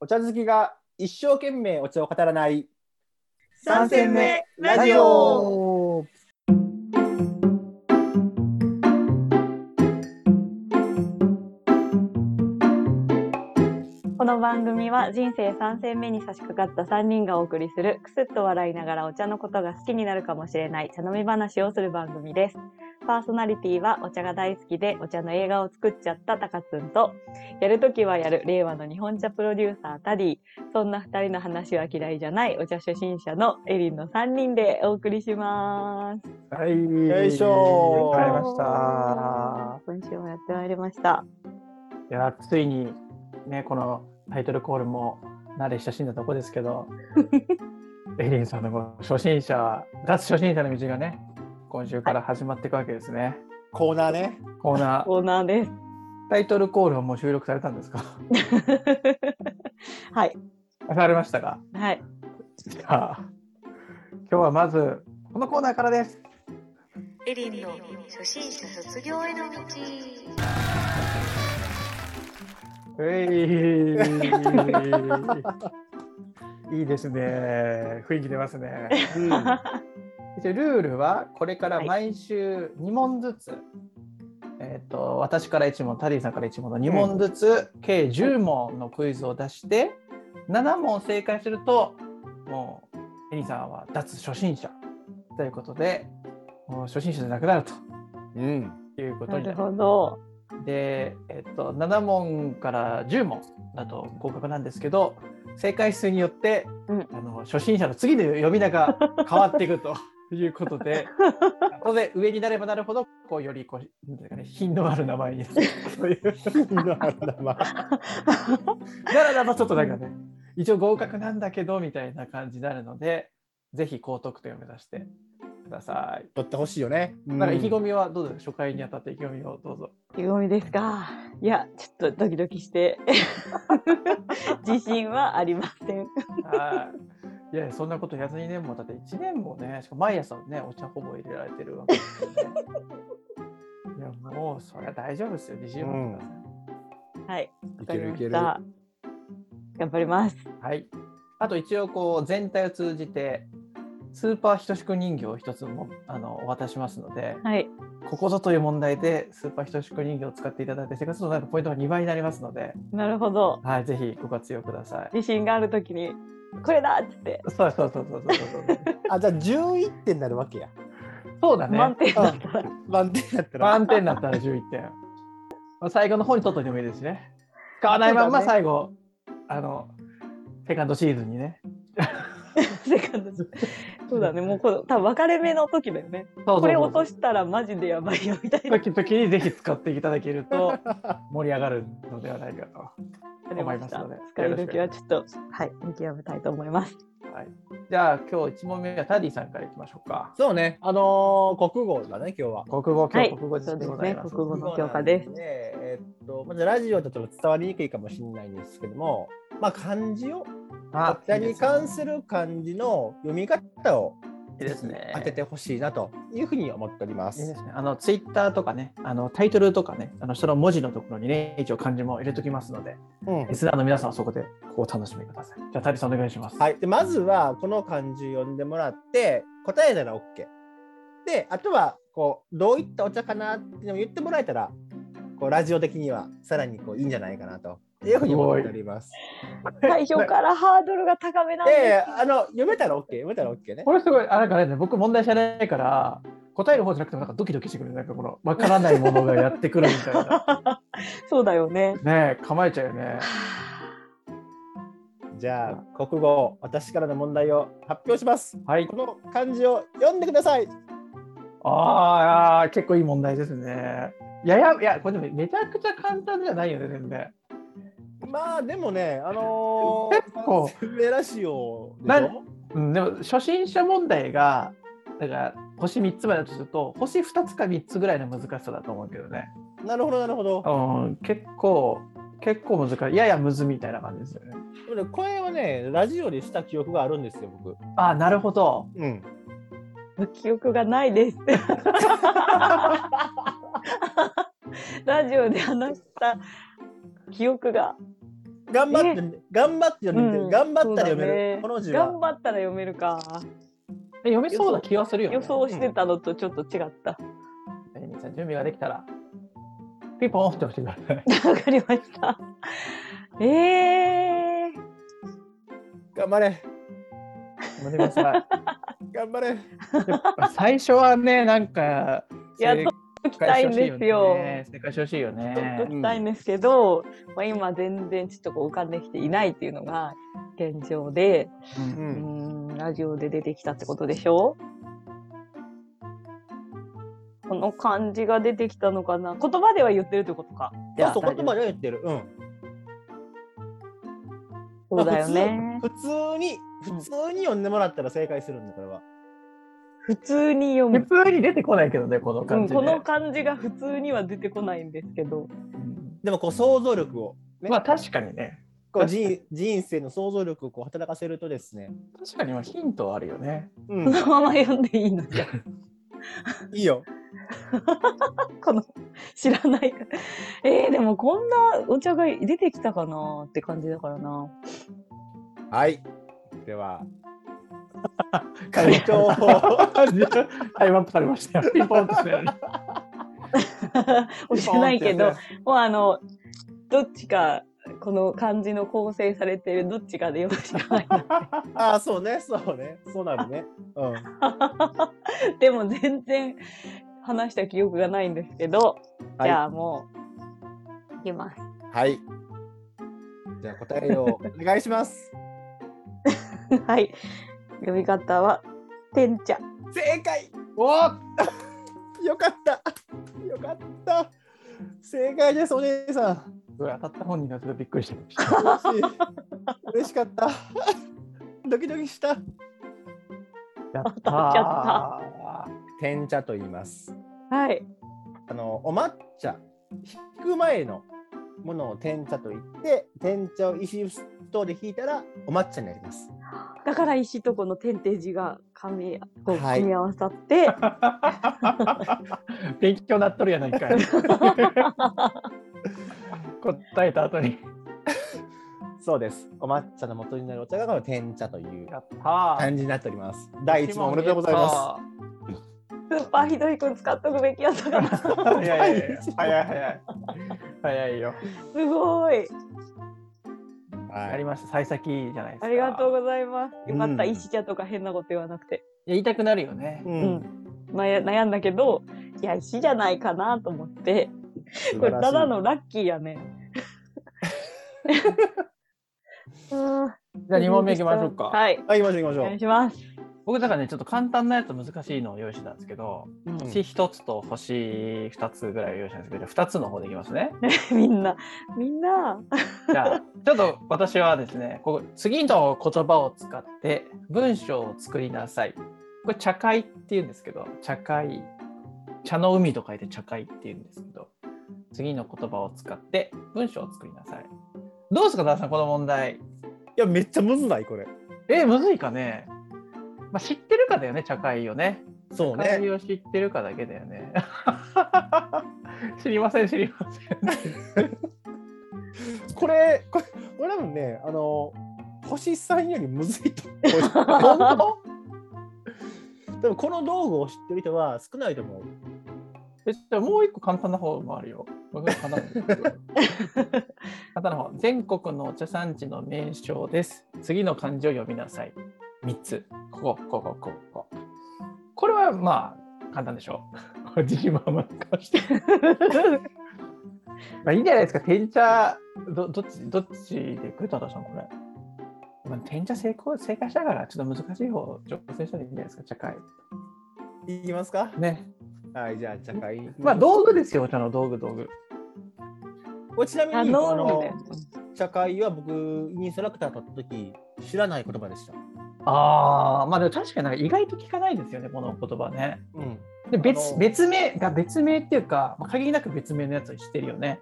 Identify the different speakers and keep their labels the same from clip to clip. Speaker 1: お茶好きが一生懸命お茶を語らない
Speaker 2: 三戦目ラジオ
Speaker 3: この番組は人生3戦目に差し掛かった3人がお送りするくすっと笑いながらお茶のことが好きになるかもしれない茶飲み話をする番組です。パーソナリティはお茶が大好きでお茶の映画を作っちゃったたかつんとやるときはやる令和の日本茶プロデューサータディそんな2人の話は嫌いじゃないお茶初心者のエリンの3人でお送りします。
Speaker 2: はい。
Speaker 1: よいしょ
Speaker 2: わかりました。
Speaker 3: 今週もやってまいりました。
Speaker 2: いや、ついに、ね、このタイトルコールも慣れ親しんだとこですけ ど、エリンさんのこの初心者、脱初心者の道がね、今週から始まっていくわけですね。
Speaker 1: コーナーね。
Speaker 2: コーナー、
Speaker 3: コーナーです。
Speaker 2: タイトルコールはもう収録されたんですか
Speaker 3: はい。
Speaker 2: されましたか
Speaker 3: はい。
Speaker 2: じゃあ、今日はまず、このコーナーからです。
Speaker 4: エリンの初心者卒業への道
Speaker 2: えいいいですね。雰囲気出ますね。
Speaker 1: うん、
Speaker 2: 一応ルールはこれから毎週2問ずつ、えっ、と私から1問タディさんから1問の2問ずつ、計10問のクイズを出して、7問正解するともうエリさんは脱初心者ということでもう初心者じゃなくなる
Speaker 1: うん、
Speaker 2: ということ
Speaker 3: な
Speaker 2: にな
Speaker 3: る
Speaker 2: る
Speaker 3: ほど。
Speaker 2: で、えっと、7問から10問だと合格なんですけど正解数によって、
Speaker 3: うん
Speaker 2: あの初心者の次の呼び名が変わっていくということで当然上になればなるほどこうよりこうなんていうか、ね、品のある名前になるというならばちょっとなんかね一応合格なんだけどみたいな感じになるのでぜひ高得点を目指してください。
Speaker 1: 取ってほしいよ ね。うん
Speaker 2: なんか意気込みはどうぞ初回にあたって意気込みをどうぞ。
Speaker 3: 意気込みですか。いや、ちょっとドキドキして。 自信はありません。
Speaker 2: はい。いや、そんなことやずにね、もうだって1年もね、しかも毎朝ね、お茶ほぼ入れられてるわけですよね。 いや、もうそりゃ大丈夫ですよ、自信を持ってくださ
Speaker 3: はい。
Speaker 1: いけるいける。
Speaker 3: わかりました頑張ります。
Speaker 2: い。はい。あと一応、こう、全体を通じて、スーパーひとしく人形を一つもあのお渡ししますので、
Speaker 3: はい。
Speaker 2: ここぞという問題でスーパーひとしく人形を使っていただいて、生活のなんかポイントが2倍になりますので、
Speaker 3: なるほど。
Speaker 2: はい、ぜひご活用くだ さい。
Speaker 3: 自信があるときに、これだっつって、
Speaker 2: そうそうそうそうそうそう。
Speaker 1: あ、じゃあ11点になるわけや。
Speaker 2: そうだね。
Speaker 3: 満点だったら。
Speaker 1: 満点だったら。
Speaker 2: 満点だったら11点。 まあ最後の方に取っといてもいいですしね。使わないまんま
Speaker 1: そうだ
Speaker 2: 最後、あの、セカンドシーズンにね。
Speaker 3: セカンドそうだね。もうこの、多分別れ目の時だよね。
Speaker 2: そうそうそう
Speaker 3: これ落としたらマジでやばいよみたいな。
Speaker 2: 時々にぜひ使っていただけると盛り上がるのではないかと。思いますので
Speaker 3: 使い時はちょっと、はい、見極めたいと思います。
Speaker 2: はい、じゃあ今日1問目はタディさんからいきましょうか。
Speaker 1: そうね。あのー国語だね、今日は。
Speaker 2: 国語
Speaker 3: は
Speaker 2: 今日
Speaker 3: い
Speaker 2: 国語実でございます。
Speaker 3: そうですね国語の教科です
Speaker 1: 国語なんねえーっと、まずラジオだと伝わりにくいかもしれないんですけども、まあ漢字を、
Speaker 2: あ
Speaker 1: お茶に関
Speaker 2: い
Speaker 1: する漢字の読み方を
Speaker 2: いですね。
Speaker 1: 当ててほしいなというふうに思っておりま。
Speaker 2: いいですすね。あのツイッターとかね、あのタイトルとかね、あのその文字のところにね、一応漢字も入れときますので、
Speaker 1: うん
Speaker 2: リスナーの皆さんはそこでこう楽しみください。じゃあ、タリさんお願いします。
Speaker 1: はい、でまずはこの漢字読んでもらって答えなら OK であとはこうどういったお茶かなっていうのを言ってもらえたらこうラジオ的にはさらにこういいんじゃないかなというふうに思っております。
Speaker 3: 最初からハードルが高めなんです
Speaker 1: であの読めたら OK 読めたら OK ね。
Speaker 2: これすごい、あなんかね、僕問題知らないから、答える方じゃなくてもなんかドキドキしてくる。なんかこの、わからないものがやってくるみたい な。
Speaker 3: そうだよね。
Speaker 2: ねえ、構えちゃうよね。
Speaker 1: じゃあ国語私からの問題を発表します。
Speaker 2: はい
Speaker 1: こ。の漢字を読んでください。
Speaker 2: ああ、結構いい問題ですね。いやや、いや、これでもめちゃくちゃ簡単じゃないよね、全然。
Speaker 1: まあでもねあのー、
Speaker 2: 結構
Speaker 1: メラジオでし
Speaker 2: なん
Speaker 1: ょ
Speaker 2: うん、でも、初心者問題が、だから、星3つまでだとすると、星2つか3つぐらいの難しさだと思うけどね。
Speaker 1: なるほどなるほど。
Speaker 2: うん、結構、結構難しい。ややむずみたいな感じですよね。
Speaker 1: でもねこれはねラジオでした記憶があるんですよ僕。
Speaker 2: ああ、なるほど。
Speaker 1: うん
Speaker 3: 記憶がな いです。ラジオで話した記憶が
Speaker 1: 頑張って、頑張って読める、
Speaker 3: うん
Speaker 1: 頑張ったら読め
Speaker 3: そうだ
Speaker 1: る、
Speaker 3: ね
Speaker 1: この字は
Speaker 3: 頑。張ったら読めるか。
Speaker 2: え読めそうな気はするよ、ね。
Speaker 3: 予想してたのとちょっと違った。
Speaker 2: えーじゃあ準備ができたら、ピンポンって押してくだ さい。
Speaker 3: わかりました。えー、
Speaker 1: 頑張れ、
Speaker 2: ごめんなさい。
Speaker 1: 頑張れ。
Speaker 2: やっぱ最初はね、なんか、
Speaker 3: いや
Speaker 2: 正
Speaker 3: 解きたいんですよ。
Speaker 2: 正解してほしいよ
Speaker 3: ちょっと
Speaker 2: ね。
Speaker 3: 聞きたいんですけど、まあ、今全然ちょっとこう浮かんできていないっていうのが現状で、
Speaker 2: う
Speaker 1: うんん、
Speaker 3: うーんラジオで出てきたってことでしょこの漢字が出てきたのかな言葉では言ってるってことか。
Speaker 1: そうそう、
Speaker 3: 大丈
Speaker 1: 言
Speaker 3: 夫
Speaker 1: 葉では言ってる。うん。
Speaker 3: そうだよね。
Speaker 1: 普通に普通に読んでもらったら正解するんだこれは。
Speaker 3: 普通に読む。
Speaker 2: 普通に出てこないけどね、この
Speaker 3: う
Speaker 2: 感
Speaker 3: ん、
Speaker 2: じ
Speaker 3: こ
Speaker 2: で。
Speaker 3: の漢字が普通には出てこないんですけど。
Speaker 2: うん
Speaker 1: でもこう想像力をね
Speaker 2: まあ確かにね。
Speaker 1: こう人人生の想像力をこう働かせるとですね。
Speaker 2: 確かにまあヒントはあるよね。
Speaker 1: うん
Speaker 3: そのまま読んでいいのじゃあ。
Speaker 1: いいよ。
Speaker 3: この、知らないから。えー、でもこんなお茶が出てきたかなって感じだから な。
Speaker 1: はい。では
Speaker 2: 回
Speaker 1: 回
Speaker 2: 答
Speaker 1: 答
Speaker 2: を
Speaker 1: を。
Speaker 2: タイムアップされましたよ。ピンポンってしてるのに。
Speaker 3: 教えないけど、もうあの、どっちか、この漢字の構成されているどっちかで読むしかない。
Speaker 1: ああそうねそうねそうなるね。うん。
Speaker 3: でも全然話した記憶がないんですけど、
Speaker 1: はい
Speaker 3: じゃあもう、いきます。
Speaker 1: はい。じゃあ答えをお願いします。
Speaker 3: はい。読み方は、天茶。
Speaker 1: 正解。
Speaker 2: お
Speaker 1: よかった。よかった。正解ですお姉さん。
Speaker 2: 当たった本人がちょっとびっくりしてまし
Speaker 1: 嬉しい嬉しかった。 ドキドキした。
Speaker 2: た。やっ
Speaker 3: 当たっちゃ
Speaker 1: 天茶と言います。
Speaker 3: はい。
Speaker 1: あのお抹茶引く前のものを天茶と言って、天茶を石等で引いたらお抹茶になります。
Speaker 3: だから石とこの天定寺が組みこう
Speaker 1: はい
Speaker 3: 組み合わさって、
Speaker 2: た。 勉強なっとるやないか い。答えた後に。
Speaker 1: そうです。お抹茶の元になるお茶がこの天茶という
Speaker 2: やったー。。
Speaker 1: 感じになっております。第一問おめでとうございます
Speaker 3: スーパーひどいくん使っとくべきやった かな。す
Speaker 2: いやいやいや、早い早い。早いよ。
Speaker 3: ごい。
Speaker 1: す。
Speaker 2: あ
Speaker 1: は
Speaker 2: り
Speaker 1: い。
Speaker 2: ました。幸先じゃないですか。
Speaker 3: ありがとう
Speaker 2: う。
Speaker 3: ございます。よかった。
Speaker 1: うん
Speaker 3: 石茶とか変なこと言わなくて。
Speaker 2: 言いたくなるよね。
Speaker 1: う、
Speaker 3: うんん、悩悩んだけどいや石じゃないかなと思って
Speaker 1: 素
Speaker 3: これ
Speaker 1: 晴らしたい
Speaker 3: だのラッキーやね。うん
Speaker 2: じゃあ2問目いきましょうか。
Speaker 3: はい
Speaker 1: はい、行きましょう、行き
Speaker 3: お
Speaker 1: ま
Speaker 3: 願い
Speaker 1: し
Speaker 3: します。
Speaker 2: 僕だからね、ちょっと簡単なやつ難しいのを用意してたんですけど、
Speaker 1: うん
Speaker 2: 星1つと星2つぐらいを用意したんですけど、2つの方でいきますね。
Speaker 3: みんなみ んな
Speaker 2: じゃあ、ちょっと私はですね、ここ次の言葉を使って文章を作りなさい。これ、茶会っていうんですけど、茶会、茶の海と書いて茶会っていうんですけど、次の言葉を使って文章を作りなさい。どうですか、田中さん、この問
Speaker 1: ょ
Speaker 2: 題。
Speaker 1: う。いや、めっちゃむずない、これ。
Speaker 2: え、むずいかね。まあ、知ってるかだよね、茶会をね。
Speaker 1: そう
Speaker 2: 漢字
Speaker 1: ね。
Speaker 2: を知ってるかだけだよね。 知りません、知りません。
Speaker 1: これ、これ、これ多分ね、あの、星さんよりむずいと 思う。でもこの道具を知ってる人は少ないと思う。
Speaker 2: えじゃあもう一個簡単な方もあるよ。僕簡単な方簡単な方。全国のお茶産地の名称です。次の漢字を読みなさい。3つ。ここ、ここ、ここ。これはまあ、簡単でしょう。 これ自信満々の顔して。 まあいいんじゃないですか。天茶、どどっち、どっちで来るたさん、これ。まあ、天茶成功、正解したから、ちょっと難しい方を挑戦したらいいんじゃないですか、茶会。
Speaker 1: いきますか
Speaker 2: ね。
Speaker 1: はい、じゃあ、茶会。
Speaker 2: まあ、道具ですよ、お茶の道具、道具。
Speaker 1: これちなみに、
Speaker 3: あ
Speaker 1: あ
Speaker 3: の
Speaker 1: の、茶会は僕、インストラクターだった時、知らない言葉でした。
Speaker 2: ああ、まあでも確かになんか意外と聞かないですよね、この言葉ね。
Speaker 1: うん。
Speaker 2: で
Speaker 1: あ
Speaker 2: 別
Speaker 1: の
Speaker 2: 別名が別名っていうか、まあ、限りなく別名のやつを知ってるよね。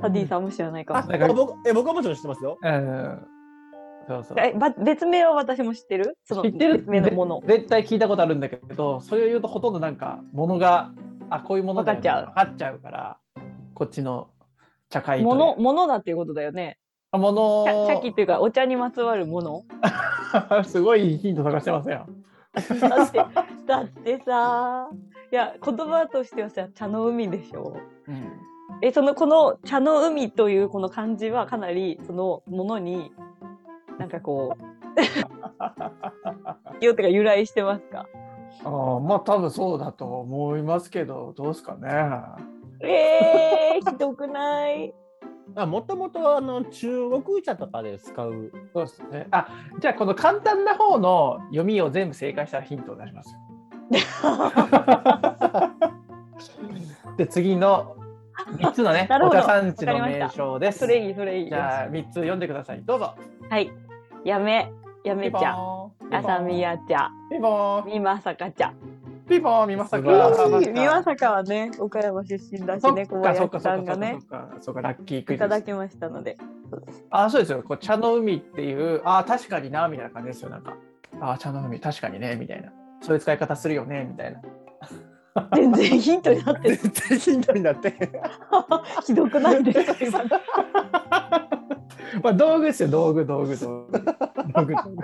Speaker 3: パディさんも知らないかも
Speaker 1: あ、
Speaker 3: し
Speaker 2: だから
Speaker 1: 僕、え、僕はもちろん知ってますよ。
Speaker 2: うん。そうそう
Speaker 3: れ。ない。えば別名は私も知ってるその
Speaker 2: 知ってる
Speaker 3: 別名のもの。
Speaker 2: ぜ絶対聞いたことあるんだけど、それを言うとほとんどなんか、ものが、あ、こういうものだよね
Speaker 3: わかっちゃう
Speaker 2: わかっちゃうから、こっちの茶会という
Speaker 3: ものものだっていうことだよね。
Speaker 2: あもの
Speaker 3: 茶茶器っていうかお茶にまつわる もの
Speaker 2: すごいヒント探してますよ。
Speaker 3: だってだってさいや言葉としてはさ茶の海でしょ
Speaker 2: うん、
Speaker 3: えそのこの茶の海というこの漢字はかなりそのものになんかこ うよってか由来してますか
Speaker 2: あーまあ多分そうだと思いますけどどうですかね。
Speaker 3: えー、ひどくない
Speaker 1: あもともとあの中国茶とかで使う
Speaker 2: そうですね。あじゃあこの簡単な方の読みを全部正解したらヒントを出し ますよ。で次の3つのね
Speaker 3: なる
Speaker 2: お
Speaker 3: ほど
Speaker 2: 茶産地の
Speaker 3: わかりま
Speaker 2: 名
Speaker 3: した
Speaker 2: 称です。
Speaker 3: それいいそれいい
Speaker 2: じゃあ3つ読んでください。どうぞ。
Speaker 3: はいやめやめ茶あさみ
Speaker 2: や。
Speaker 3: や茶
Speaker 2: ピンポン。
Speaker 3: みまさか茶
Speaker 2: ピンポン。みまさ
Speaker 1: うわ
Speaker 2: か。
Speaker 1: ー
Speaker 3: みまさかはね岡山出身だしね小
Speaker 2: そっか
Speaker 3: 林
Speaker 2: そ
Speaker 3: さ
Speaker 2: っ
Speaker 3: ん
Speaker 2: かそ
Speaker 3: が
Speaker 2: っか
Speaker 3: ね
Speaker 2: そっかそっかラッキークイ
Speaker 3: い
Speaker 2: ズ
Speaker 3: た
Speaker 2: で
Speaker 3: だ
Speaker 2: す。
Speaker 3: きましたので
Speaker 2: あそうですよ。こう茶の海っていうあー確かになみたいな感じですよなんか。あー茶の海確かにねみたいな。そういう使い方するよねみたいな。
Speaker 3: 全然ヒントになってる
Speaker 1: 然ヒントになって
Speaker 3: ひどくないです か今
Speaker 2: まあ道具ですよ道具道具道 具道具道具。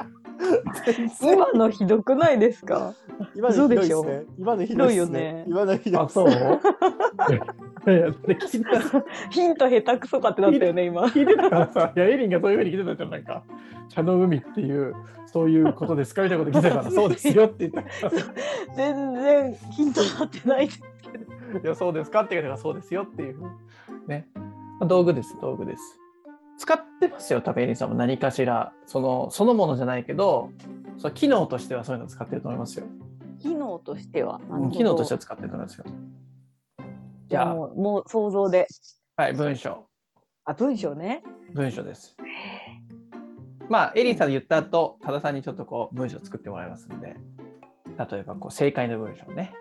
Speaker 3: 今のひどくないですか
Speaker 1: 今のひどいですね今のひどいですね
Speaker 3: ひ
Speaker 1: 今のひどい
Speaker 2: あ
Speaker 1: っす
Speaker 2: そう。いやいやで聞いた
Speaker 3: ヒント下手くそかってなったよね今
Speaker 2: 聞いてたからさ、いやエリンがそういうふうに聞いてたじゃんなんか茶の海っていうそういうことですかみたいなこと聞いてたからそうですよって言ったから。
Speaker 3: 全然ヒントになって ないです
Speaker 2: いやそうですかって言うからそうですよっていうね道具です道具です使ってますよ多分エリンさんも何かしらそのそのものじゃないけどその機能としてはそういうの使ってると思いますよ
Speaker 3: 機能としては
Speaker 2: 機能として
Speaker 3: は
Speaker 2: は使ってると思いますよ
Speaker 3: じ
Speaker 2: じ
Speaker 3: ゃ
Speaker 2: ゃ
Speaker 3: あ
Speaker 2: あ
Speaker 3: もうもう想像で
Speaker 2: はい文章
Speaker 3: あ文章ね
Speaker 2: 文章ですまあエリンさんの言った後多田さんにちょっとこう文章作ってもらいますんで例えばこう正解の文章ね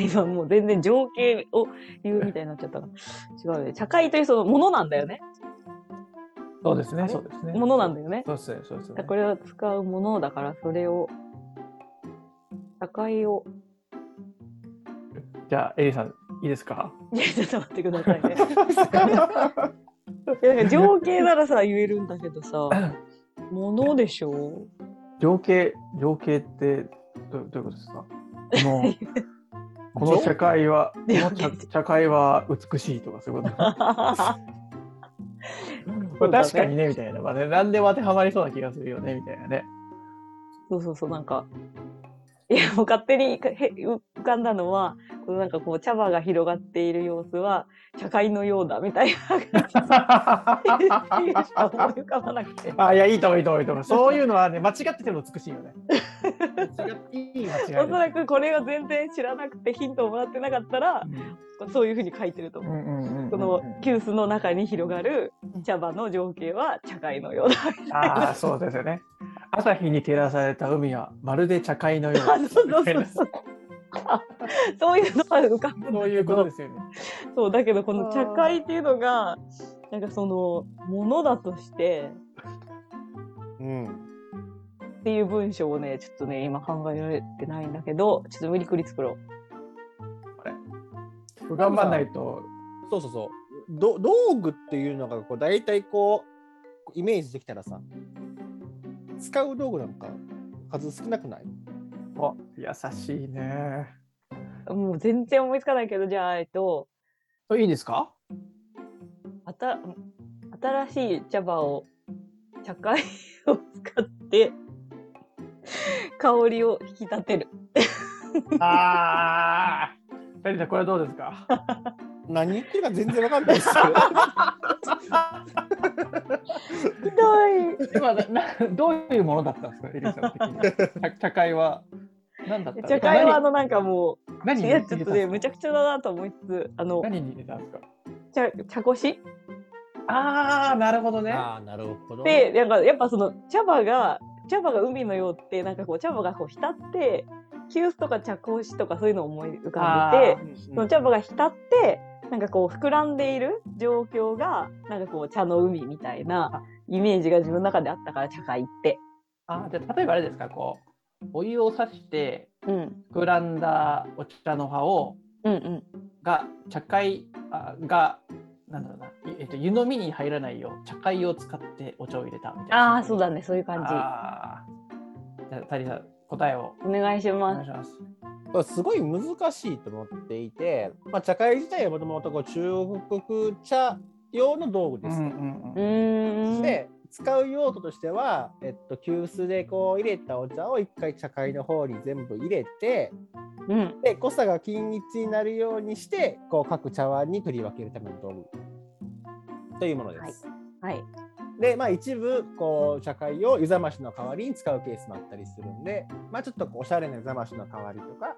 Speaker 3: 今もう全然情景を言うみたいになっちゃったな違うね社会というそのものなんだよね
Speaker 2: そうですね
Speaker 3: れ
Speaker 2: そうですね
Speaker 3: ものなんだよね
Speaker 2: そうですねそうですね
Speaker 3: これは使うものだからそれを社会を
Speaker 2: じゃあエリンさんいいですか
Speaker 3: いやちょっと待ってくださいねいやなんか情景ならさ言えるんだけどさ ものでし ょ
Speaker 2: 情景情景ってどうどういうことですかこ のこの社会はこ
Speaker 3: 情
Speaker 2: の社社会は美しいとかそう いうことまあ
Speaker 3: そうだね
Speaker 2: 確かにねみたいな、まあね、何でも当てはまりそうな気がするよねみたいなね
Speaker 3: そうそうそう、なんか、いや、もう勝手にかへ浮かんだのは、このなんかこう、茶葉が広がっている様子は、茶会のようだ、みたいな感じしか思い浮かばなくて。
Speaker 2: あいやいいと思ういいと思ういいと思うそういうのはね間違ってても美しいよね違いいい間違い
Speaker 3: おそら
Speaker 2: だ
Speaker 3: くこれが全然知らなくてヒントをもらってなかったらそういうふうに書いてると
Speaker 2: う
Speaker 3: 思う。
Speaker 2: んうんうんうんうん
Speaker 3: この急須の中に広がる茶葉の情景は茶会のようだ。
Speaker 2: ああそうですよね朝日に照らされた海はまるで茶会のよう
Speaker 3: あ
Speaker 2: だ
Speaker 3: そうそうそうそうあそういうのは浮かぶ
Speaker 2: そういうことですよね
Speaker 3: そうだけどこの茶会っていうのがなんかそのものだとして
Speaker 1: うん
Speaker 3: っていう文章をね、ちょっとね、今考えられてないんだけど、ちょっと無理くり作ろ
Speaker 2: 頑張んないと
Speaker 1: そうそうそうど道具っていうのがこう大体こうイメージできたらさ使う道具なんか数少なくない
Speaker 2: お優しいね。
Speaker 3: う。もう全然思いつかないけど、じゃあ、えっと、
Speaker 2: いいですか？
Speaker 3: あた、新しい茶葉を、茶会を使って、香りを引き立てる。
Speaker 2: ああ、ペリさんこれはどうですか？
Speaker 1: 何言ってるか全然わかんないですよ
Speaker 3: ひどい
Speaker 2: 今な などういうものだったんですか、エリさん的に。茶茶会は何だったんです
Speaker 3: 茶
Speaker 2: か？
Speaker 3: 会はあのなんかもう、
Speaker 2: 何
Speaker 3: い
Speaker 2: 何
Speaker 3: や、
Speaker 2: に
Speaker 3: ちょ
Speaker 2: 入
Speaker 3: っ
Speaker 2: れ
Speaker 3: と
Speaker 2: た
Speaker 3: ね、
Speaker 2: ん
Speaker 3: む
Speaker 2: です
Speaker 3: ちゃ
Speaker 2: か
Speaker 3: くちゃだなと思いつつ、あの、
Speaker 2: 何に入れたんですか？
Speaker 3: 茶、茶こし
Speaker 2: ああ、なるほどね。
Speaker 1: ああなるほど
Speaker 3: で、なんかやっぱその茶葉が、茶葉が海のようって、なんかこう茶葉がこう浸って、急須とか茶こしとかそういうのを思い浮かんでて、その茶葉が浸って、なんかこう膨らんでいる状況が、なんかこう茶の海みたいなイメージが自分の中であったから茶会って。
Speaker 2: あーじゃあ例えばあれですか、こうお湯をさして
Speaker 3: うん。
Speaker 2: 膨らんだお茶の葉を
Speaker 3: うんうん。
Speaker 2: が茶会あがなんだろうな、いえっと、湯飲みに入らないよう茶会を使ってお茶を入れたみたいな
Speaker 3: ああ、そうだね。そういう感じ。
Speaker 2: あーじゃあタリーさん答えを
Speaker 3: お願いし
Speaker 2: お
Speaker 3: ま
Speaker 2: 願い
Speaker 3: す。
Speaker 2: します
Speaker 1: すごい難しいと思っていて、まあ、茶会自体はもともとこう中国茶用の道具ですと。
Speaker 2: ん
Speaker 3: うーん。
Speaker 1: で使う用途としては、えっと、急須でこう入れたお茶を一回茶会の方に全部入れて
Speaker 3: うん。
Speaker 1: で濃さが均一になるようにしてこう各茶碗に取り分けるための道具というものです。
Speaker 3: はい。
Speaker 1: で、まあ、一部こう茶会を湯冷ましの代わりに使うケースもあったりするんで、まあ、ちょっとこうおしゃれな湯冷ましの代わりとか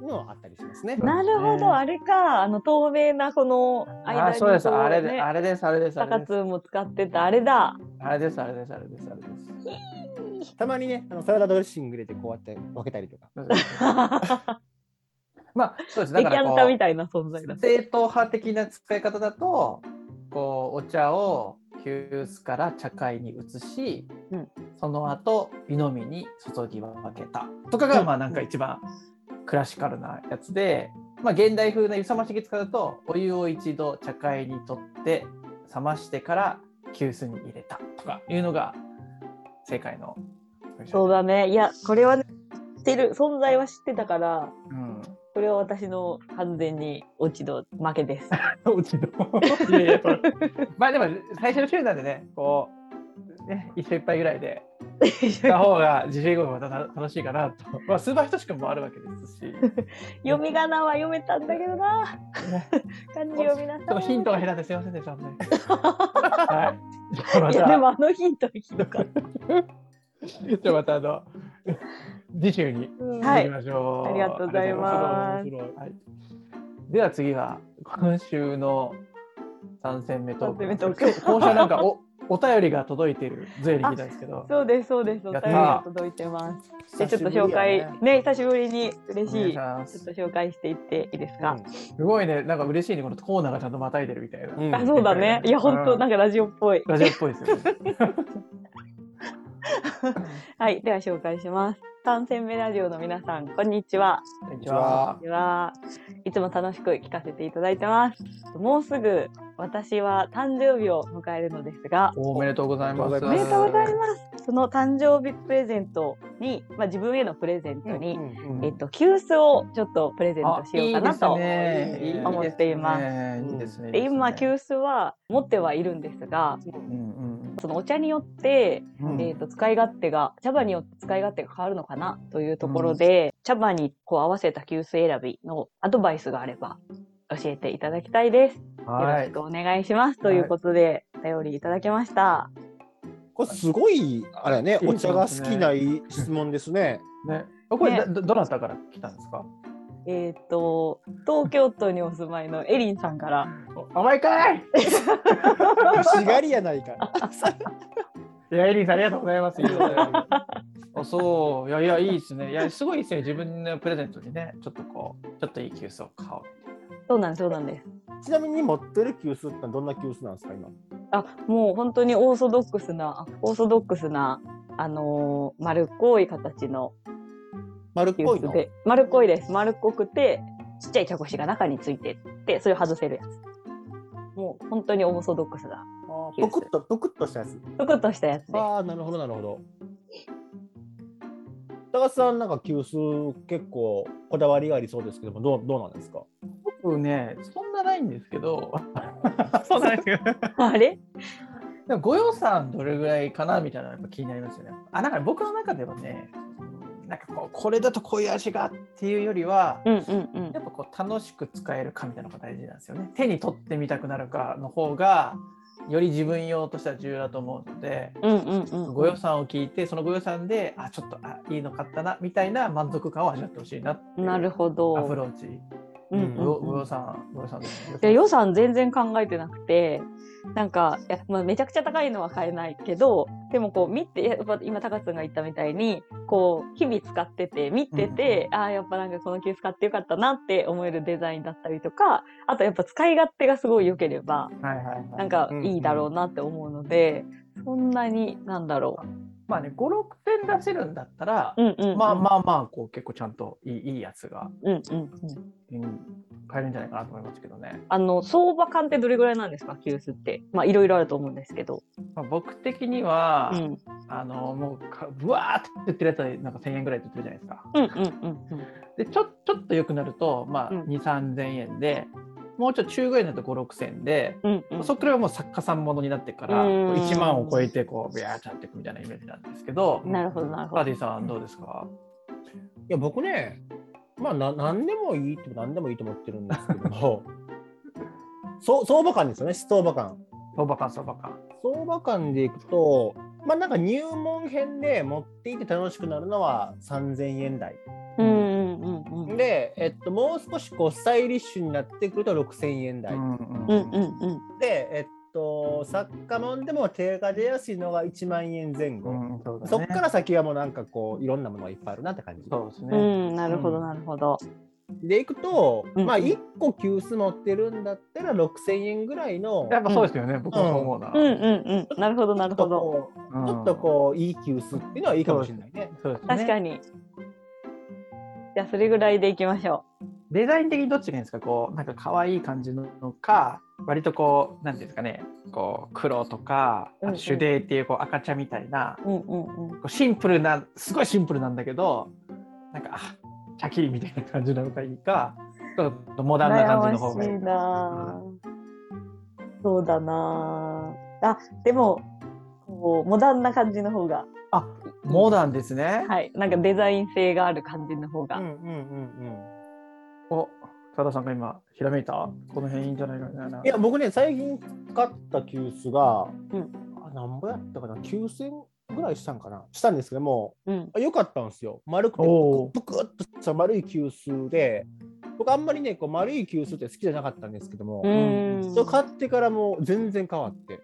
Speaker 1: のあったりしますね。
Speaker 3: なるほど。あれか。あの、透明なこの間
Speaker 2: あ
Speaker 3: に
Speaker 2: ーそうですあれで
Speaker 3: ね
Speaker 2: あれですあれですあれ
Speaker 3: 高
Speaker 2: です
Speaker 3: 津も使ってたあれ だ。
Speaker 2: あれですあれですあれですあれです
Speaker 1: たまにねあのサラダドレッシング入れてこうやって分けたりとか。
Speaker 2: そうです まあそうです
Speaker 3: デ
Speaker 2: だ
Speaker 3: キ
Speaker 2: から
Speaker 3: ャン
Speaker 2: こ
Speaker 3: タみ
Speaker 2: う
Speaker 3: たいな存在だ。
Speaker 2: 正統派的な使い方だとこうお茶を急須から茶会に移し、
Speaker 3: うん
Speaker 2: その後湯飲みに注ぎ分けたとかが、まあなんか一番クラシカルなやつで、まあ、現代風な湯冷まし器使うとお湯を一度茶会に取って冷ましてから急須に入れたとかいうのが正解の
Speaker 3: そうだね。いや、これは、ね、知ってる、存在は知ってたから、
Speaker 2: うん
Speaker 3: これは私の完全に落ち度負 けです。
Speaker 2: 落ち度いやいやそれまあでも最初の週なんでねこうね一緒いっぱいぐらいでした方が自費語がまた楽しいかなと まあスーパーひとしくんもあるわけですし
Speaker 3: 読み仮名は読めたんだけど な。漢字読みな
Speaker 2: ちょっ
Speaker 3: さ
Speaker 2: と
Speaker 3: い。
Speaker 2: ヒントが減らってすいませんでした 本当にはいじゃあま
Speaker 3: いやで
Speaker 2: た
Speaker 3: もあのヒントはひどかっ
Speaker 2: じゃあまたあの次週に
Speaker 3: た。は
Speaker 2: 行き
Speaker 3: い。
Speaker 2: ましょう、
Speaker 3: ありがとうございま
Speaker 2: あ
Speaker 3: す
Speaker 2: りがとうございますでは次は今週の三戦目トーク
Speaker 3: 三戦目トーク
Speaker 2: 今日今週はなんかお お便りが届いてるゼリー聞いたんですけど
Speaker 3: そうです、そうです。お
Speaker 2: や
Speaker 3: 便
Speaker 2: った
Speaker 3: りが届いてます。で、ちょっと紹介、ね、久しぶりに嬉
Speaker 2: お願い
Speaker 3: しい。
Speaker 2: し
Speaker 3: ちょ
Speaker 2: ま
Speaker 3: っ
Speaker 2: す
Speaker 3: と紹介していっていいですか。
Speaker 2: すごいねなんか嬉しいねこのコーナーがちゃんとまたいでるみたいな、
Speaker 1: うんうん
Speaker 3: あ、そうだね。いや、本当なんかラジオっぽい。
Speaker 2: ラジオっぽいですよね
Speaker 3: はい、では紹介します。三戦目ラジオの皆さん、こんにちは。
Speaker 2: こんに
Speaker 1: ちは
Speaker 3: ではいつも楽しく聞かせていただいてます。もうすぐ私は誕生日を迎えるのですが、
Speaker 2: おめでとうございます
Speaker 1: お
Speaker 3: おめでとうござい
Speaker 2: ま
Speaker 3: ます。その誕生日プレゼントに、まあ自分へのプレゼントに、
Speaker 1: うんうん
Speaker 3: えっと急須をちょっとプレゼントしようかなと。
Speaker 1: 思
Speaker 3: っています
Speaker 2: すいいですねいいですね
Speaker 3: で今急須は持ってはいるんですが、
Speaker 2: うん
Speaker 3: そのお茶によって、
Speaker 2: うん
Speaker 3: えっと使い勝手が茶葉によって使い勝手が変わるのかなというところで、茶葉にこう合わせた急須選びのアドバイスがあれば教えていただきたいです。よろ
Speaker 2: は
Speaker 3: し
Speaker 2: い
Speaker 3: くお願いします。ということで、お便りいただきました。
Speaker 1: これすごいあれね
Speaker 2: いい
Speaker 1: お茶が好きな質問ですね。
Speaker 2: ねあこれ、
Speaker 3: ね
Speaker 2: だどどなたから来たんですか
Speaker 3: えっ、と、東京都にお住まいのエリンさんから。
Speaker 2: お甘いかい
Speaker 1: 欲しがりやないか。
Speaker 2: いやエリンさんありがとうございますいいお便り あそういやいやいいですねいやすごいですね自分のプレゼントにねちょっとこうちょっといい急須を買おう
Speaker 3: そうなんです、そうなんです。
Speaker 1: ちなみに持ってる急須ってのはどんな急須なんですか今。
Speaker 3: あ、もう本当にオーソドックスな、オーソドックスな、あのー丸っこい形の
Speaker 1: 丸っ
Speaker 3: 急
Speaker 1: こい
Speaker 3: 須
Speaker 1: の。
Speaker 3: で。丸っこいです。丸っこくて、ちっちゃい茶こしが中についてって、それを外せるやつ。もう本当にオーソドックスな。
Speaker 1: ぷくっとぷくっとしたやつ。
Speaker 3: ふくっとしたやつです。
Speaker 1: ああなるほどなるほど。高須さんなんか急須結構こだわりがありそうですけどもどうどうなんですか。
Speaker 2: 僕ね、そんなないんですけど、 そんなないですけど、
Speaker 3: あれ
Speaker 2: でもご予算どれぐらいかなみたいなのやっぱ気になりますよね。あ、だから僕の中ではね、うんなんかこう、これだとこういう味がっていうよりは、
Speaker 3: うんうんうん
Speaker 2: や。っぱこう楽しく使えるかみたいなのが大事なんですよね。手に取ってみたくなるかの方が、より自分用としては重要だと思うので、
Speaker 3: うんうんうん。
Speaker 2: ご予算を聞いて、そのご予算で、あ、ちょっとあいいの買ったなみたいな満足感を味わってほしいなっていう
Speaker 3: なるほど。
Speaker 2: アプローチ。
Speaker 3: うんうん
Speaker 2: ご
Speaker 3: うん
Speaker 2: ご予算、ご予算ですね。
Speaker 3: いや予算全然考えてなくてなんかいや、まあ、めちゃくちゃ高いのは買えないけどでもこう見てやっぱ今高津さんが言ったみたいにこう日々使ってて見てて、ああやっぱなんかこの球使ってよかったなって思えるデザインだったりとかあとやっぱ使い勝手がすごい良ければ
Speaker 2: はいはいはい。
Speaker 3: なんか
Speaker 1: うん
Speaker 3: いいだろうなって思うので、そんなになんだろう
Speaker 2: まあね56点出せるんだったら、
Speaker 3: うんうんうん。
Speaker 2: まあまあまあこう結構ちゃんといいいいやつが、
Speaker 3: うんうんうん。
Speaker 2: うん、買えるんじゃないかなと思いますけどね、
Speaker 3: あの、相場感ってどれぐらいなんですか、急須って。まあ、いろいろあると思うんですけど。
Speaker 2: まあ、僕的には、
Speaker 3: うん。うん
Speaker 2: あのもうかぶわーって言ってるやつはなんか1000円ぐらいって言ってるじゃないですか
Speaker 3: うんうんうん。
Speaker 2: でちょちょっと良くなると、まあ、
Speaker 3: うん
Speaker 2: 2 3 0 0円でもうちょっと中ぐらいになると5 6 0 0円で、
Speaker 3: うんうん。
Speaker 2: そっからはもう作家さんものになってから、
Speaker 3: うん
Speaker 2: こう1万を超えてこうビャーってなっていくみたいなイメージなんですけど、
Speaker 3: なるほどなるほ
Speaker 2: パ
Speaker 3: ど。
Speaker 2: ーティーさんどうですか、
Speaker 1: や僕ねまあな何でもいいって何でもいいと思ってるんですけど そう相場感ですよね相場感
Speaker 2: 相場感相場感。
Speaker 1: 相場感でいくとまあなんか入門編で持っていて楽しくなるのは3000円台
Speaker 3: うんうんうんうん。
Speaker 1: で、えっと、もう少しこうスタイリッシュになってくると6000円台、
Speaker 2: ん
Speaker 3: うんうんうん。
Speaker 1: で、えっと、作家もんでも手が出やすいのが1万円前後、
Speaker 2: うんそうだね
Speaker 1: そっから先はもうなんかこういろんなものがいっぱいあるなって感じ
Speaker 2: そうですね。
Speaker 3: うん、なるほど、なるほど。
Speaker 1: でいくと、
Speaker 3: うん
Speaker 1: まあ1個急須持ってるんだったら6000円ぐらいの
Speaker 2: やっぱそうですよね、僕もそう思うな。
Speaker 3: うんうんうん、なるほど、なるほど。
Speaker 1: こうちょっとこういい急須っていうのはいいかもしれないね。
Speaker 2: うん、そうですね
Speaker 3: 確かに。じゃあ、それぐらいでいきましょ
Speaker 2: デザイン的にどっちがいいんですかこうなんか可愛い感じのか割とこうなんていうんですかねこう黒とかあ
Speaker 3: うんう
Speaker 2: と
Speaker 3: ん
Speaker 2: 手泥っていうこう赤茶みたいな、
Speaker 3: う。うんうん
Speaker 2: こ
Speaker 3: うん。
Speaker 2: うシンプルなすごいシンプルなんだけどなんかあチャキリみたいな感じなのがいいかちょっとモダンな感じの方がいい
Speaker 3: 羨ましいなぁそうだなぁあ、でも、こう、モダンな感じの方が、
Speaker 2: あモダンですね、
Speaker 3: はい、なんかデザイン性がある感じの方
Speaker 1: うんう
Speaker 3: が。
Speaker 1: んうん
Speaker 2: お多田さんが今ひらめいたこの辺いいんじゃないかな
Speaker 1: うん、いや僕ね最近買った急須が、
Speaker 3: うん
Speaker 1: あなんぼやったかな9000ぐらいしたんかなしたんですけども
Speaker 3: うん。
Speaker 1: あ良かったんですよ丸くて
Speaker 2: おー
Speaker 1: ぷくっとした丸い急須で僕あんまりねこう丸い急須って好きじゃなかったんですけども、
Speaker 3: うん。
Speaker 1: それ買ってからもう全然変わって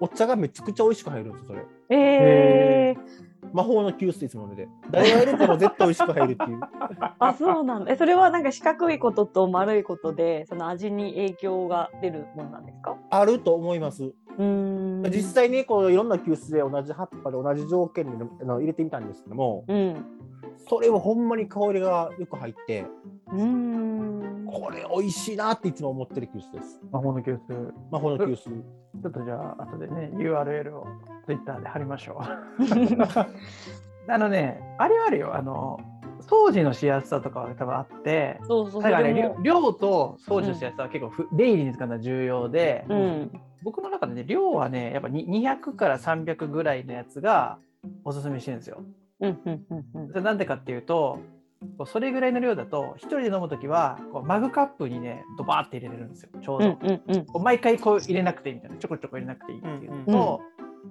Speaker 1: お茶がめちゃくちゃ美味しく入るんですよそれ
Speaker 3: えー、
Speaker 1: 魔法の急須いつもので誰がやるかも絶対美味しく入るっていう
Speaker 3: あ、そうなんだ。え、それはなんか四角いことと丸いことで、その味に影響が出るもんなんですか
Speaker 1: あると思います
Speaker 3: うーん。
Speaker 1: 実際にこういろんな急須で同じ葉っぱで同じ条件であの入れてみたんですけども
Speaker 3: うん。
Speaker 1: それはほんまに香りがよく入って
Speaker 3: うーん。
Speaker 1: これ美味しいなっていつも思ってる急須です
Speaker 2: 魔法の教室
Speaker 1: 魔法の急須
Speaker 2: ちょっとじゃあ後でね URL を Twitter で貼りましょう。あのねあれはあるよあの掃除のしやすさとかは多分あって
Speaker 3: そうそう、
Speaker 2: だから
Speaker 3: それ
Speaker 2: ね
Speaker 3: も
Speaker 2: 量量と掃除のしやすさは結構ふ、デイリーに使うのは重要で、
Speaker 3: うん。
Speaker 2: 僕の中でね量はねやっぱに200から300ぐらいのやつがおすすめしてるんですよ。
Speaker 3: うんうんうんうん
Speaker 2: それなんでかっていうとこうそれぐらいの量だと一人で飲む時はこうマグカップにねドバーって入れれるんですよちょう
Speaker 3: う
Speaker 2: ど。
Speaker 3: んうんうん
Speaker 2: こう毎回こう入れなくていいみたいなちょこちょこ入れなくていいっていうのと、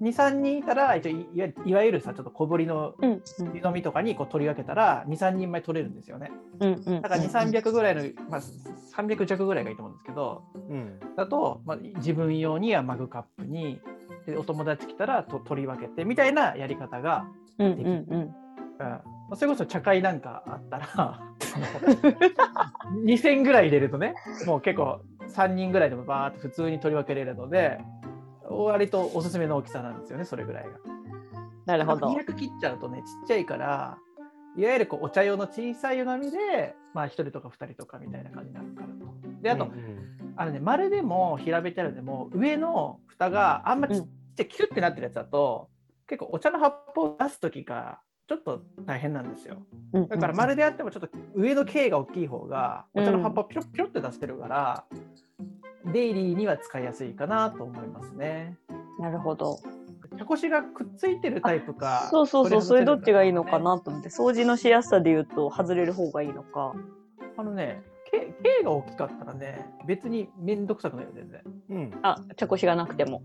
Speaker 2: 23人いたら一応いいわいわゆるさちょっと小ぶりの
Speaker 3: うん
Speaker 2: 湯飲みとかにこう取り分けたら23人前取れるんですよね
Speaker 3: うんうん
Speaker 2: だから2300ぐらいの、まあ、300弱ぐらいがいいと思うんですけど
Speaker 1: うん
Speaker 2: だと、まあ、自分用にはマグカップにでお友達来たらと取り分けてみたいなやり方が、
Speaker 3: うんうんうん
Speaker 2: うんまあ、それこそ茶会なんかあったら あの2000ぐらい入れるとねもう結構3人ぐらいでもバーって普通に取り分けれるので割とおすすめの大きさなんですよねそれぐらいが。
Speaker 3: なるほど。
Speaker 2: 200切っちゃうとねちっちゃいからいわゆるこうお茶用の小さい湯飲みで、まあ、1人とか2人とかみたいな感じになるからと。であと、
Speaker 1: うん
Speaker 2: あのね丸でも平べったいのでも上の蓋があんまちっちゃいキュッてなってるやつだと、結構お茶の葉っぱを出す時がちょっと大変なんですよ。だから丸であってもちょっと上の径が大きい方がお茶の葉っぱをピロッピロッて出せるから、デイリーには使いやすいかなと思いますね。
Speaker 3: なるほど。
Speaker 2: 茶こしがくっついてるタイプか
Speaker 3: そうそうそう、それどっちがいいのか
Speaker 2: な
Speaker 3: なと思って、掃除のしやすさで言うと、外れる方がいいのか。
Speaker 2: あのね、K, K が大きかったらね、別にめんどくさくないよ、全然。
Speaker 1: うん
Speaker 3: あ、茶こしがなくても。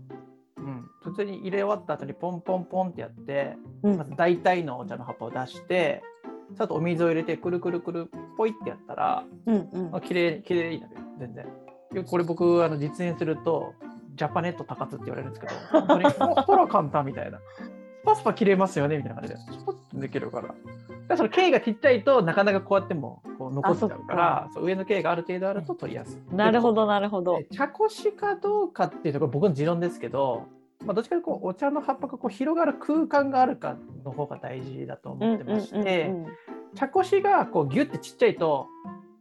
Speaker 2: うん、普通に入れ終わった後にポンポンポンってやって、
Speaker 3: う
Speaker 2: まず大体のお茶の葉っぱを出して、あとお水を入れてくるくるくるポイってやったら、
Speaker 3: うんうん
Speaker 2: あ、綺麗綺麗になるよ、全然。いやこれ僕あの実演するとジャパネット高津って言われるんですけど、本当にほほら簡単みたいな。スパスパ切れますよねみたいな感じで、スパッとできるから。だからその径がちっちゃいとなかなかこうやってもこう残っちゃうから、そう上の径がある程度あると取りやすい。
Speaker 3: なるほど、なるほど。
Speaker 2: で茶こしかどうかっていうところ僕の持論ですけどまあ、どっちかというとこうお茶の葉っぱがこう広がる空間があるかの方が大事だと思ってまして、
Speaker 3: うんうんうんうん
Speaker 2: 茶こしがこうギュッてちっちゃいと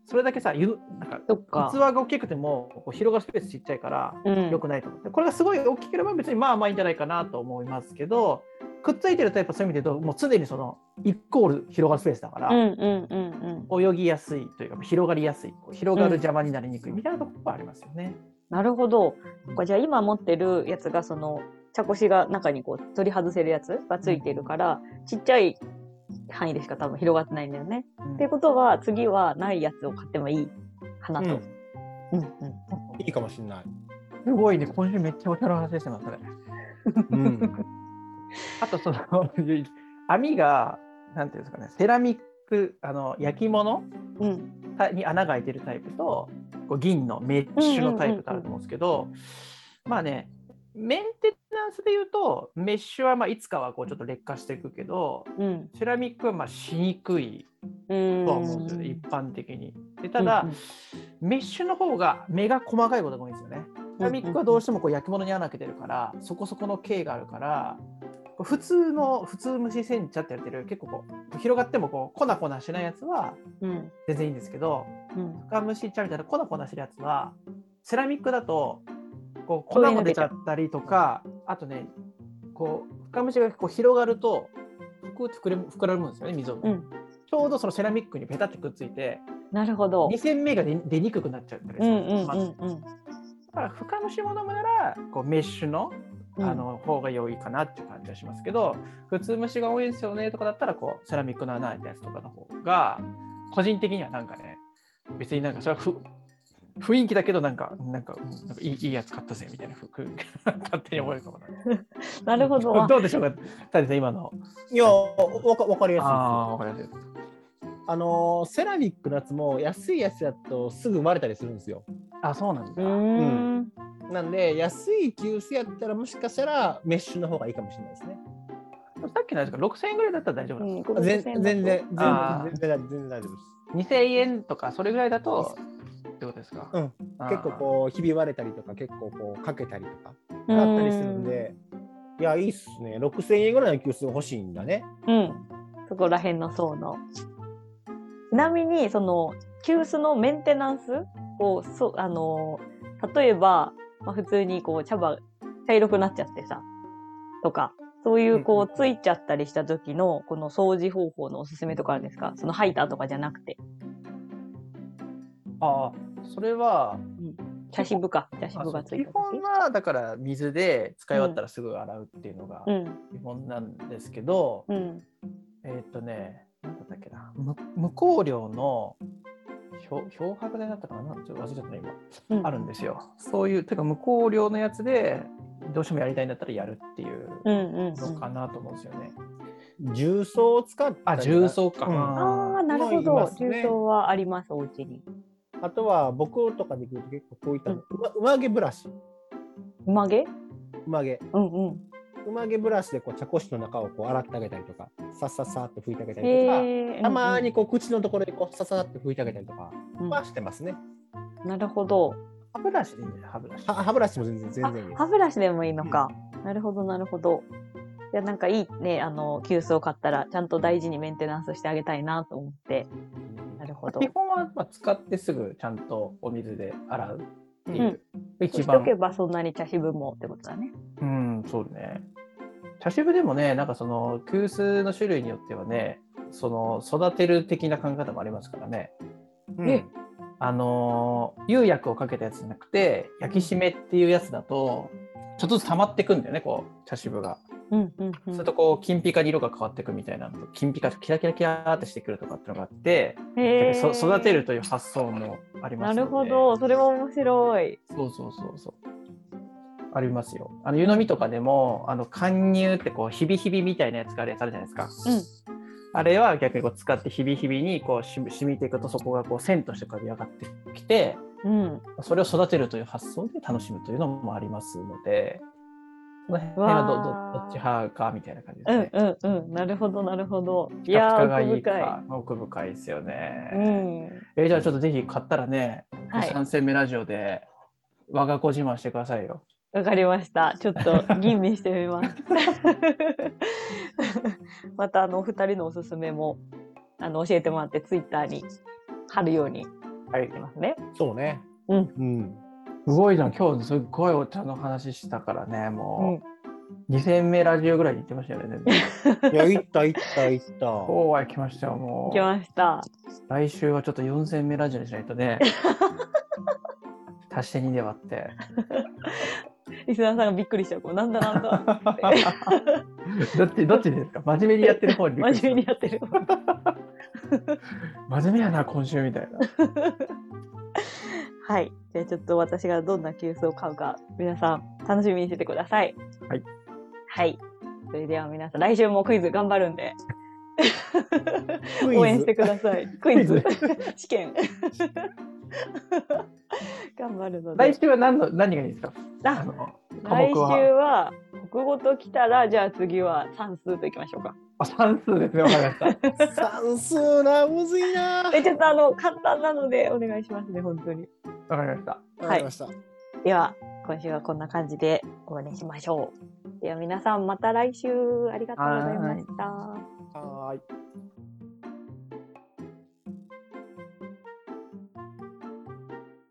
Speaker 2: それだけさゆなんか
Speaker 3: そっか
Speaker 2: 器が大きくてもこう広がるスペースちっちゃいから
Speaker 3: うん
Speaker 2: 良くないと思って、これがすごい大きければ別にまあまあいいんじゃないかなと思いますけどくっついてるとやっぱそういう意味で言うともう常にそのイコール広がるスペースだから。
Speaker 3: うんうんうんうん
Speaker 2: 泳ぎやすいというか広がりやすいこう広がる邪魔になりにくいみたいなところはありますよね。
Speaker 3: なるほどそっかじゃあ今持ってるやつがその茶こしが中にこう取り外せるやつがついてるから、ちっちゃい範囲でしか多分広がってないんだよね。
Speaker 2: うん
Speaker 3: っていうことは次はないやつを買ってもいいかなと。
Speaker 1: うん
Speaker 3: うんうん
Speaker 1: いいかもしれない。
Speaker 2: すごいね今週めっちゃお茶の話してますね。
Speaker 1: うん。
Speaker 2: あとその 網がなんていうんですかねセラミックあの焼き物
Speaker 3: うん
Speaker 2: たに穴が開いてるタイプとこう銀のメッシュのタイプがあると思うんですけど、まあねメンテナンスで言うとメッシュはまあいつかはこうちょっと劣化していくけど
Speaker 3: うん
Speaker 2: セラミックはまあしにくい
Speaker 3: うん
Speaker 2: とは思うんですよね、一般的に。でただ、
Speaker 3: うん
Speaker 2: メッシュの方が目が細かいことが多いんですよね。セラミックはどうしてもこう焼き物に穴開けてるからそこそこの径があるからこう普通の普通蒸し煎茶ってやってる結構こう広がってもこう粉粉しないやつは
Speaker 3: うん
Speaker 2: 全然いいんですけど
Speaker 3: うん
Speaker 2: 深蒸し茶みたいな粉粉してるやつはセラミックだとこう粉も出ちゃったりとかあとねこう深蒸しがこう広がると膨らむ膨らむんですよね溝が、
Speaker 3: うん
Speaker 2: ちょうどそのセラミックにペタってくっついて
Speaker 3: なるほど。
Speaker 2: 2線目が出出にくくなっちゃったりす
Speaker 3: う
Speaker 2: る
Speaker 3: ん
Speaker 2: んです
Speaker 3: う
Speaker 2: よ
Speaker 3: ん
Speaker 2: ま
Speaker 3: う
Speaker 2: ず
Speaker 3: んうん
Speaker 2: だから深蒸し物ならこうメッシュの
Speaker 3: うん。
Speaker 2: あの方が良いかなっていう感じはしますけど、普通虫が多いんですよねとかだったらこうセラミックの穴開いたやつとかの方が個人的にはなんかね別になんかそれはふ雰囲気だけどなんかなんかうんなんかいいいいやつ買ったぜみたいなふふ勝手に思えるかもな
Speaker 3: なるほど。あ
Speaker 2: どうでしょうかタデさん今の
Speaker 1: いや、わかわかりやすいですよ。
Speaker 2: ああーわかりやすいです
Speaker 1: あのーセラミックのやつも安いやつだとすぐ割れたりするんですよ。
Speaker 2: あそうなんだ、
Speaker 3: うーん。
Speaker 1: なんで安い急須やったらもしかしたらメッシュの方がいいかもしれないですね。
Speaker 2: さっきのやつが6000円ぐらいだったら大丈夫なの、
Speaker 3: うん
Speaker 1: 全然全然全
Speaker 2: あ
Speaker 1: 然
Speaker 2: ー
Speaker 1: 全然全然大丈夫です。
Speaker 2: 2000円とかそれぐらいだとってことですか、
Speaker 1: うん
Speaker 2: あー、
Speaker 1: 結構こうひび割れたりとか結構こうかけたりとか
Speaker 3: うん
Speaker 1: あったりするん。で。いやいいっすね6000円ぐらいの急須欲しいんだね。
Speaker 3: うん。そこら辺の層の。ちなみに、その、急須のメンテナンスを、そう、あの、例えば、まあ、普通にこう、茶葉、茶色くなっちゃってさ、とか、そうい
Speaker 2: う
Speaker 3: う
Speaker 2: ん
Speaker 3: こ
Speaker 2: うん
Speaker 3: う、ついちゃったりした時の、この掃除方法のおすすめとかあるんですかそのハイターとかじゃなくて。
Speaker 2: ああそれは
Speaker 3: 茶渋か。茶
Speaker 2: あそ
Speaker 3: 渋
Speaker 2: う
Speaker 3: がつい
Speaker 2: 基
Speaker 3: た時。
Speaker 2: 本はだから水で使い終わったらすぐ洗うっていうのが
Speaker 3: うん。
Speaker 2: 基本なんですけど、
Speaker 3: うん。
Speaker 2: えーっ、とね何だったっけなむ無香料の漂漂白剤だったかななんちょっと忘れちゃったな今、
Speaker 3: うん
Speaker 2: あるんですよそういうていうか無香料のやつでどうしてもやりたいんだったらやるっていう
Speaker 3: うんうんう
Speaker 2: の
Speaker 3: ん。
Speaker 2: かなと思うんですよね、
Speaker 1: 重曹を使ったり
Speaker 2: あ重曹か、
Speaker 1: うん
Speaker 3: ああ、なる
Speaker 1: も
Speaker 3: ほ
Speaker 1: ういま
Speaker 3: ど。
Speaker 1: すね
Speaker 3: 重曹はあります、お家に。
Speaker 1: あとは僕とかできると結構こういった
Speaker 3: う
Speaker 1: うんまうまげブラシ
Speaker 3: うまげ
Speaker 1: うまげ
Speaker 3: うんうん。
Speaker 1: うまげブラシでこう茶こしの中をこう洗ってあげたりとかさっさっさっと拭いてあげたりとか。
Speaker 3: へえ。
Speaker 1: たまにこう口のところでこうさささって拭いてあげたりとか
Speaker 3: うんうん
Speaker 1: はしてますね。
Speaker 3: なるほど。
Speaker 2: 歯ブラシでいいんだよ歯ブラシ
Speaker 1: は歯ブラシも全然全
Speaker 3: あ
Speaker 1: 然いいで、す
Speaker 3: 歯。ブラシでもいいのか。なるほど、なるほど。いや、なんかいいね、あの、急須を買ったら、ちゃんと大事にメンテナンスしてあげたいなと思って。なるほど。
Speaker 2: 基本はまあ使ってすぐちゃんとお水で洗うっていう、
Speaker 3: し
Speaker 2: 一
Speaker 3: と
Speaker 2: 番
Speaker 3: けばそんなに茶渋もってことだね。
Speaker 2: うん、そうね。茶渋でもね、なんかその急須の種類によってはね、その育てる的な考え方もありますからね。
Speaker 1: うん
Speaker 2: えあのー釉薬をかけたやつじゃなくて、焼き締めっていうやつだと、ちょっとずつ溜まってくんだよね、こう茶渋が。
Speaker 3: うんうんう
Speaker 2: する
Speaker 3: ん。
Speaker 2: とこう金ピカに色が変わってくみたいなのと、金ピカキラキラキラーってしてくるとかってのがあって、
Speaker 3: へ
Speaker 2: そ
Speaker 3: ー
Speaker 2: 育てるという発想もありま
Speaker 3: な
Speaker 2: すよ
Speaker 3: る
Speaker 2: ね
Speaker 3: ほど、それは面白い。
Speaker 2: そうそうそうそう。ありますよ。あの湯飲みとかでも、あの貫入ってこうヒビヒビみたいなやつがあるやつあるじゃないですか。
Speaker 3: うん
Speaker 2: あれは逆にこう使ってヒビヒビにこうし染みていくとそこがこう線として浮かび上がってきて、
Speaker 3: うん。
Speaker 2: それを育てるという発想で楽しむというのもありますので、この辺はど
Speaker 3: わー
Speaker 2: どどっち派かみたいな感じで
Speaker 3: う
Speaker 2: す
Speaker 3: ん
Speaker 2: ね。
Speaker 3: うんうん。なるほど、なるほど。い
Speaker 2: ピカ
Speaker 3: や
Speaker 2: ピカ
Speaker 3: ー、
Speaker 2: がい
Speaker 3: 奥
Speaker 2: い
Speaker 3: 深
Speaker 2: か奥深いですよね。
Speaker 3: い。うん。
Speaker 2: えーじゃあちょっとぜひ買ったらね、
Speaker 3: はい
Speaker 2: 3戦目ラジオで我が子自慢してくださいよ。
Speaker 3: わかりま した。ちょっと吟味してみます。 またあのお二人のおすすめもあの教えてもらってツイッターに貼るように
Speaker 2: はい
Speaker 3: しますね。
Speaker 1: そうね。
Speaker 3: うん
Speaker 1: うん。
Speaker 2: すごいじゃん今日すっごいお茶の話したからね
Speaker 3: うん
Speaker 2: も、う2000名ラジオぐらいに行ってましたよね全 然
Speaker 1: いや、行った行った行った。
Speaker 2: 今日は来ましたよも
Speaker 3: 行
Speaker 2: う
Speaker 3: きました。
Speaker 2: 来週はちょっと4000名ラジオにしないと ね足して2で割って
Speaker 3: リスナーさんがびっくりしちゃう。こうなんだなんだ。
Speaker 2: どっちどっちですか真面目にやってる方にびっくりした
Speaker 3: 真面目にやってる。
Speaker 2: 真面目やな今週みたい な
Speaker 3: はい。じゃあちょっと私がどんな急須を買うか、皆さん楽しみにしててください。
Speaker 2: はい。
Speaker 3: はい。それでは皆さん、来週もクイズ頑張るん で、
Speaker 1: クイズ
Speaker 3: 応援してください。クイズ
Speaker 2: クイ、
Speaker 3: 試験。頑張るので
Speaker 2: 来。週は何の何がいいですかあ
Speaker 3: あ
Speaker 2: の科
Speaker 3: 来
Speaker 2: 目
Speaker 3: 週
Speaker 2: は
Speaker 3: は、国語ときたら、じゃあ次は算数といきましょうか。
Speaker 2: あ算数ですねわかりました
Speaker 1: 算数な、むずいな。
Speaker 3: え、ちょっとあの、簡単なのでお願いしますね、本当に。
Speaker 2: わかりました
Speaker 1: わかりました。
Speaker 3: では、今週はこんな感じで終わりにしましょう。では皆さんまた来週ありがとうございました。
Speaker 1: はーい。